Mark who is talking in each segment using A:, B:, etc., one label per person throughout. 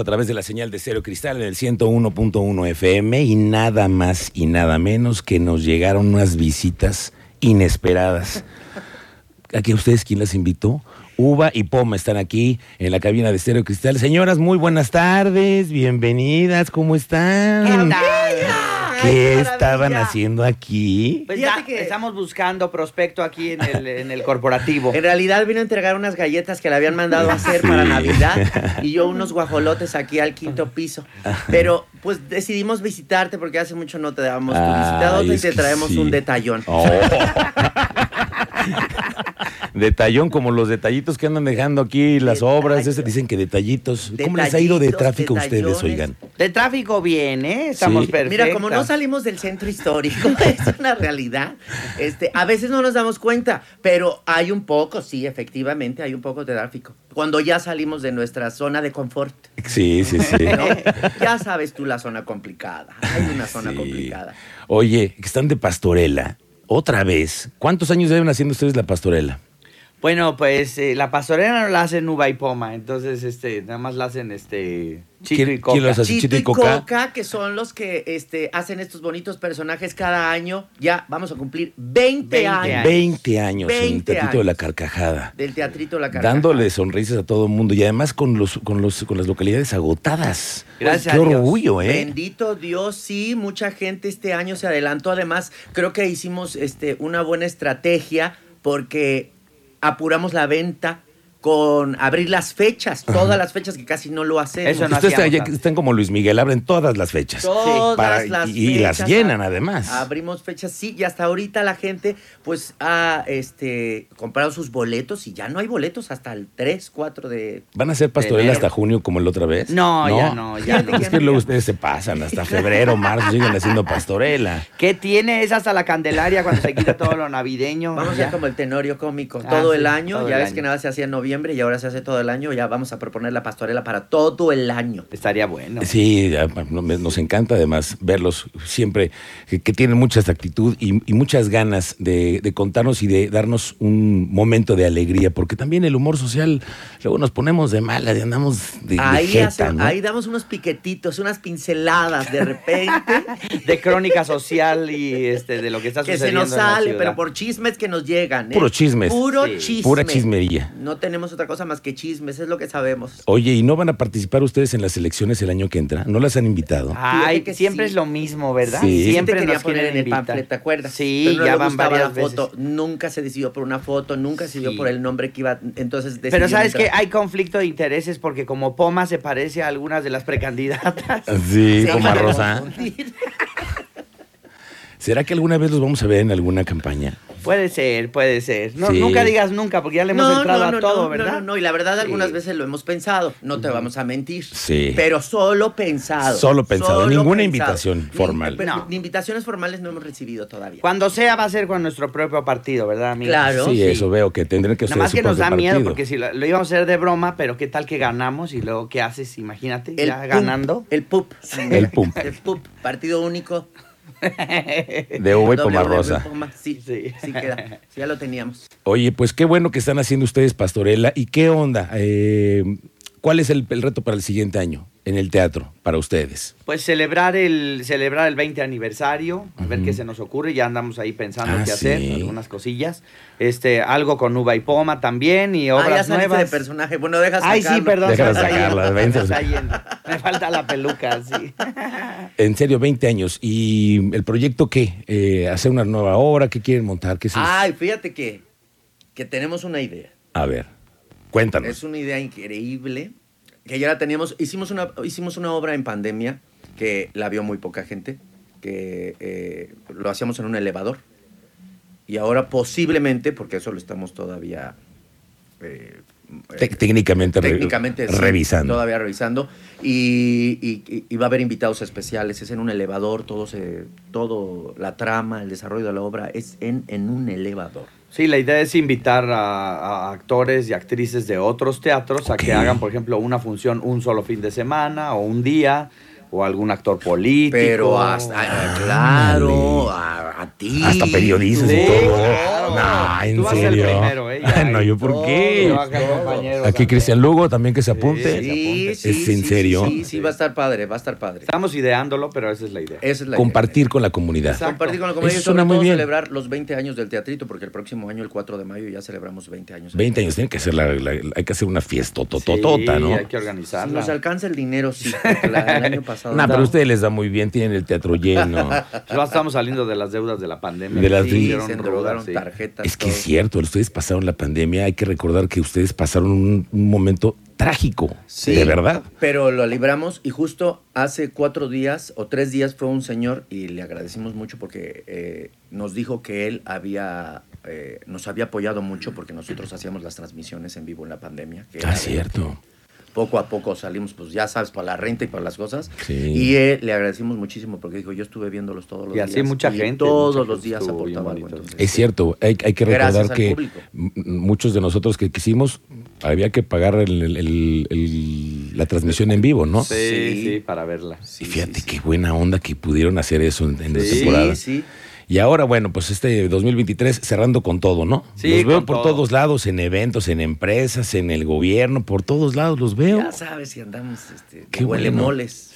A: a través de la señal de Cero Cristal en el 101.1 FM y nada más y nada menos que nos llegaron unas visitas inesperadas. Aquí a ustedes quién las invitó. Uva y Poma están aquí en la cabina de Cero Cristal. Señoras, muy buenas tardes, bienvenidas, ¿cómo
B: Mm.
A: están?
C: ¿Qué tal?
A: ¿Qué
C: Ay,
A: estaban
C: maravilla.
A: haciendo aquí?
C: Pues
B: Fíjate
C: ya
B: que-
C: estamos buscando prospecto aquí en el, en el corporativo.
B: En realidad vino a entregar unas galletas que le habían mandado a hacer
A: Sí.
B: para Navidad y yo unos guajolotes aquí al quinto piso. Pero pues decidimos visitarte porque hace mucho no te dábamos tu visitado
A: Ay,
B: y
A: es
B: te
A: que
B: traemos
A: sí.
B: un detallón.
A: Oh. Detallón, como los detallitos que andan dejando aquí las
B: Detallo.
A: obras, ese dicen que detallitos. ¿Cómo les ha ido de
B: Detallitos,
A: tráfico a ustedes,
B: detallones.
A: oigan?
C: De tráfico bien, ¿eh? Estamos
A: Sí.
C: perfectas.
B: Mira, como no salimos del centro histórico, es una realidad. Este, a veces no nos damos cuenta, pero hay un poco, sí, efectivamente, hay un poco de tráfico. Cuando ya salimos de nuestra zona de confort.
A: Sí, sí, sí.
B: ¿no? Eh, ya sabes tú la zona complicada. Hay una zona
A: Sí.
B: complicada.
A: Oye, que están de pastorela. Otra vez. ¿Cuántos años llevan haciendo ustedes la pastorela?
C: Bueno, pues eh, la pastorela no la hacen uva y poma, entonces este, nada más la hacen este chico
A: ¿Quién-
C: y coca.
A: quién los hace? Chito y
B: Chito y
A: Coca.
B: Coca. que son los que este, hacen estos bonitos personajes cada año. Ya vamos a cumplir 20,
C: 20
B: años
C: años.
A: 20 años en el
B: 20
A: Teatrito de la
B: años.
A: Carcajada.
B: del Teatrito La Carcajada.
A: Dándole sonrisas a todo el mundo y además con los con los con las localidades agotadas.
C: Gracias
A: Qué
C: a Dios.
A: orgullo, ¿eh?
B: Bendito Dios, sí, mucha gente este año se adelantó. Además, creo que hicimos este, una buena estrategia porque apuramos la venta con abrir las fechas, todas las fechas que casi no lo hacemos.
C: Eso no
A: Ustedes
C: hacíamos
A: están, ya-
C: antes.
A: están como Luis Miguel, abren todas las fechas.
B: Todas
A: Para-
B: las
A: y, y las
B: fechas,
A: llenan
B: ab-
A: además.
B: Abrimos fechas, sí, y hasta ahorita la gente pues ha este, comprado sus boletos y ya no hay boletos hasta el 3, 4 de...
A: ¿Van a hacer pastorela
C: Enero.
A: hasta junio como la otra vez?
C: No, ya no, ya no.
A: Es que luego ustedes se pasan, hasta febrero, marzo siguen haciendo pastorela.
C: ¿Qué tiene? Es hasta la Candelaria cuando se quita todo lo navideño.
B: Vamos a
C: ya.
B: ser como el tenorio cómico,
C: Ah,
B: todo
C: sí,
B: el año,
C: todo
B: ya
C: el
B: ves
C: año.
B: que nada se hacía en noviembre y ahora se hace todo el año, ya vamos a proponer la pastorela para todo el año.
C: Estaría bueno.
A: Sí, ya, no, me- nos encanta además verlos siempre, que, que tienen mucha actitud y, y muchas ganas de, de contarnos y de darnos un momento de alegría, porque también el humor social, luego nos ponemos de malas y andamos de, de
B: Ahí,
A: jeta,
B: hace-
A: ¿no?
B: ahí damos unos piquetitos, unas pinceladas de repente
C: De crónica social y este de lo que está
B: que
C: sucediendo
B: se nos
C: en la
B: sale,
C: ciudad.
B: pero por chismes que nos llegan. ¿eh?
A: Puros chismes.
B: Puro
C: Sí.
B: chisme.
A: Pura chismería.
B: No tenemos otra cosa más que chismes, es lo que sabemos.
A: Oye, ¿y no van a participar ustedes en las elecciones el año que entra? ¿No las han invitado?
C: Ay,
B: Fíjate que
C: siempre
B: sí.
C: es lo mismo, ¿verdad?
A: Sí.
C: Siempre
B: Siempre quería
C: nos
B: poner
C: quieren
B: en el
C: invitar.
B: panfleto, ¿te acuerdas?
C: Sí,
B: Pero no
C: ya
B: le
C: van
B: gustaba
C: varias
B: la foto.
C: veces.
B: Nunca se decidió por una foto, nunca se decidió
C: Sí.
B: por el nombre que iba. Entonces
C: Pero
B: decidió
C: sabes que
B: entrar.
C: hay conflicto de intereses porque como Poma se parece a algunas de las precandidatas.
A: Sí,
B: Se
A: como
B: iban a
A: Rosa.
B: confundir.
A: ¿Será que alguna vez los vamos a ver en alguna campaña?
C: Puede ser, puede ser. No,
A: Sí.
C: Nunca digas nunca porque ya le hemos
B: No,
C: entrado
B: no,
C: a
B: no,
C: todo,
B: no, No,
C: ¿verdad?
B: no, no, y la verdad algunas
C: Sí.
B: veces lo hemos pensado, no te vamos a mentir.
A: Sí.
B: Pero solo pensado.
A: Solo pensado, ninguna invitación
B: Ni-
A: formal.
B: pe-
C: No.
B: ni invitaciones formales no hemos recibido todavía.
C: Cuando sea va a ser con nuestro propio partido, ¿verdad, amigo?
B: Claro.
A: sí, eso veo que tendrán que
C: Nada
A: ustedes
C: más
A: su
C: que nos da
A: propio
C: miedo
A: partido.
C: porque si lo, lo íbamos a hacer de broma, pero qué tal que ganamos y luego qué haces, imagínate, ya
B: PUP,
C: ganando.
B: El PUP.
A: El PUP.
B: El PUP. Partido único.
A: De uva y
B: doble
A: poma
B: W,
A: rosa.
B: poma, Sí,
C: Sí.
B: sí, queda. Sí, ya lo teníamos.
A: Oye, pues qué bueno que están haciendo ustedes pastorela. ¿Y qué onda? Eh, ¿Cuál es el, el reto para el siguiente año en el teatro para ustedes?
C: Pues celebrar el celebrar el 20 aniversario, a ver qué se nos ocurre, ya andamos ahí pensando
A: Ah,
C: qué
A: sí.
C: hacer, algunas cosillas. Este, algo con uva y poma también y obras
B: ah, ya saliste
C: nuevas.
B: de personaje. Bueno, dejas
C: Ay, sí, perdón.
A: Déjala
C: se me está
A: sacarla,
C: yendo,
A: ven,
C: se me
A: se-
C: está yendo. Me falta la peluca, sí.
A: En serio, 20 años. ¿Y el proyecto qué? Eh, ¿Hacer una nueva obra? ¿Qué quieren montar? ¿Qué es eso?
B: Ay, fíjate que, que tenemos una idea.
A: A ver, cuéntanos.
B: Es una idea increíble que ya la teníamos. Hicimos una, hicimos una obra en pandemia que la vio muy poca gente, que eh, lo hacíamos en un elevador. Y ahora posiblemente, porque eso lo estamos todavía eh,
A: Tec- técnicamente re-
B: técnicamente sí,
A: revisando.
B: todavía revisando y, y- y- y va a haber invitados especiales es en un elevador todo se todo la trama el desarrollo de la obra es en, en un elevador
C: Sí, la idea es invitar a, a actores y actrices de otros teatros a que
A: Ok.
C: hagan, por ejemplo, una función un solo fin de semana o un día o algún actor político.
B: Pero hasta, ah, claro, a, a ti.
A: Hasta periodistas
C: y
B: Sí,
C: todo.
B: claro.
C: claro.
A: No, en
C: Tú vas a ser
A: serio.
C: el primero, ¿eh? Ya,
A: no, yo por
B: todo,
A: qué.
C: Yo acá,
B: Todo.
C: compañero,
A: Aquí
C: también.
A: Cristian Lugo también que se apunte.
B: Sí,
A: ¿Es
B: sí, sí,
A: en
B: sí,
A: serio?
B: Sí, sí, va a estar padre, va a estar padre.
C: Estamos ideándolo, pero esa es la idea.
B: Esa es la idea.
A: Compartir con la comunidad.
C: Exacto.
B: Compartir con la comedia
A: Eso
B: y sobre
A: suena muy
B: todo
A: bien.
B: celebrar los 20 años del teatrito, porque el próximo año, el 4 de mayo, ya celebramos 20 años.
A: 20 años, tiene que ser la- la- hay que hacer una fiesta tototota,
C: Sí,
A: ¿no?
C: hay que
B: Si
C: organizarla.
B: nos alcanza el dinero, sí, porque la- el año pasado.
A: No,
B: no.
A: pero a ustedes les da muy bien, tienen el teatro lleno.
C: Ya estamos saliendo de las deudas de la pandemia.
A: De las-
C: Sí,
B: Sí,
C: hicieron
B: se
C: rudas,
B: endrogaron
C: sí.
B: tarjetas.
A: es que
B: todo.
A: es cierto, ustedes pasaron la pandemia, hay que recordar que ustedes pasaron un, un momento trágico,
B: Sí,
A: de verdad.
B: Pero lo libramos y justo hace cuatro días o tres días fue un señor y le agradecimos mucho porque eh, nos dijo que él había eh, nos había apoyado mucho porque nosotros hacíamos las transmisiones en vivo en la pandemia. que
A: Ah,
B: era-
A: cierto.
B: Poco a poco salimos, pues ya sabes, para la renta y para las cosas.
A: Sí.
B: Y eh, le agradecimos muchísimo porque dijo, yo estuve viéndolos todos los
C: Y
B: días.
C: así mucha gente,
B: Todos
C: mucha
B: los
C: gente
B: días
C: estuvo bien
B: aportaba algo.
C: bonito.
B: entonces,
A: Es cierto, hay, hay que
B: Gracias
A: recordar
B: al
A: que
B: público.
A: m- muchos de nosotros que quisimos había que pagar el- el- el- el- la transmisión en vivo, ¿no?
C: Sí, sí,
B: Sí.
C: para verla.
B: sí,
A: y fíjate
B: sí,
A: qué buena onda que pudieron hacer eso en, en la
C: Sí,
A: temporada.
B: Sí, sí.
A: Y ahora, bueno, pues este 2023 cerrando con todo, ¿no?
C: Sí,
A: los veo
C: con
A: por
C: todo.
A: todos lados, en eventos, en empresas, en el gobierno, por todos lados los veo.
B: Ya sabes si andamos este,
A: Qué
B: de huele
A: bueno.
B: moles.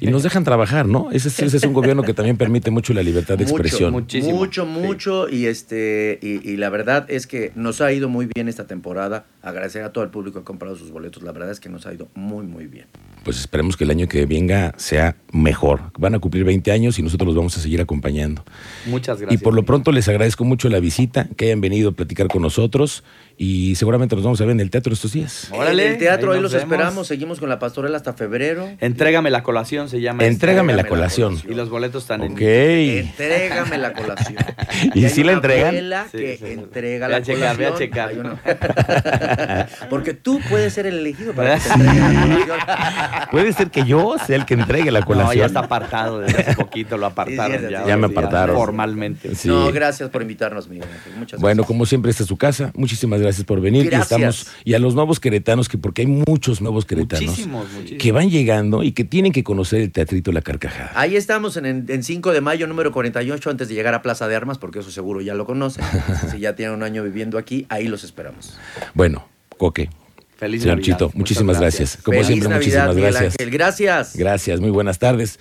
A: Y nos dejan trabajar, ¿no? Ese, es- ese es un gobierno que también permite mucho la libertad de expresión.
C: mucho. Muchísimo.
B: Mucho,
C: Sí.
B: mucho. Y, este, y, y la verdad es que nos ha ido muy bien esta temporada. Agradecer a todo el público que ha comprado sus boletos. La verdad es que nos ha ido muy, muy bien.
A: Pues esperemos que el año que venga sea mejor. Van a cumplir 20 años y nosotros los vamos a seguir acompañando.
C: Muchas gracias.
A: Y por lo pronto les agradezco mucho la visita, que hayan venido a platicar con nosotros y seguramente nos vamos a ver en el teatro estos días.
C: Órale,
B: en el teatro,
C: ahí
B: ahí
C: nos
B: los
C: vemos. Eh,
B: esperamos. Seguimos con la pastorela hasta febrero.
C: Entrégame la colación, se llama.
A: Entrégame la
B: la
A: colación.
C: Y los boletos pues, están
A: Ok.
C: en.
B: Entrégame la colación.
A: ¿Y
B: hay
A: si la
B: una
A: entregan?
B: abuela
C: Sí,
B: que
C: sí, sí.
B: entrega
C: Voy a
B: la
C: checar, voy a
B: colación.
C: checar.
B: Hay una- Porque tú puedes ser el elegido para que te entreguen la colación.
A: Puede ser que yo sea el que entregue la
C: No,
A: colación.
C: ya está apartado desde hace poquito, lo apartaron
B: Sí, sí, sí,
C: ya.
B: sí. Ya me
C: ahora sí,
A: apartaron.
C: Formalmente.
A: Sí.
B: No, gracias por invitarnos, Miguel. Ángel. Muchas
A: Bueno,
B: gracias.
A: como siempre, esta es su casa. Muchísimas gracias por venir. Y
B: Gracias.
A: estamos y a los nuevos queretanos, que porque hay muchos nuevos queretanos
C: Muchísimos, muchísimos.
A: que van llegando y que tienen que conocer el teatrito La Carcajada.
B: Ahí estamos en, en, en 5 de mayo, número 48, antes de llegar a Plaza de Armas, porque eso seguro ya lo conocen. si ya tienen un año viviendo aquí, ahí los esperamos.
C: Ah.
A: Bueno, Coque,
C: Feliz
A: señor
C: Navidad.
A: Chito,
C: Muchas
A: muchísimas gracias. Como
B: Feliz
A: siempre,
B: Navidad,
A: muchísimas
B: Miguel
A: gracias.
B: Ángel. Gracias.
A: Gracias, muy buenas tardes.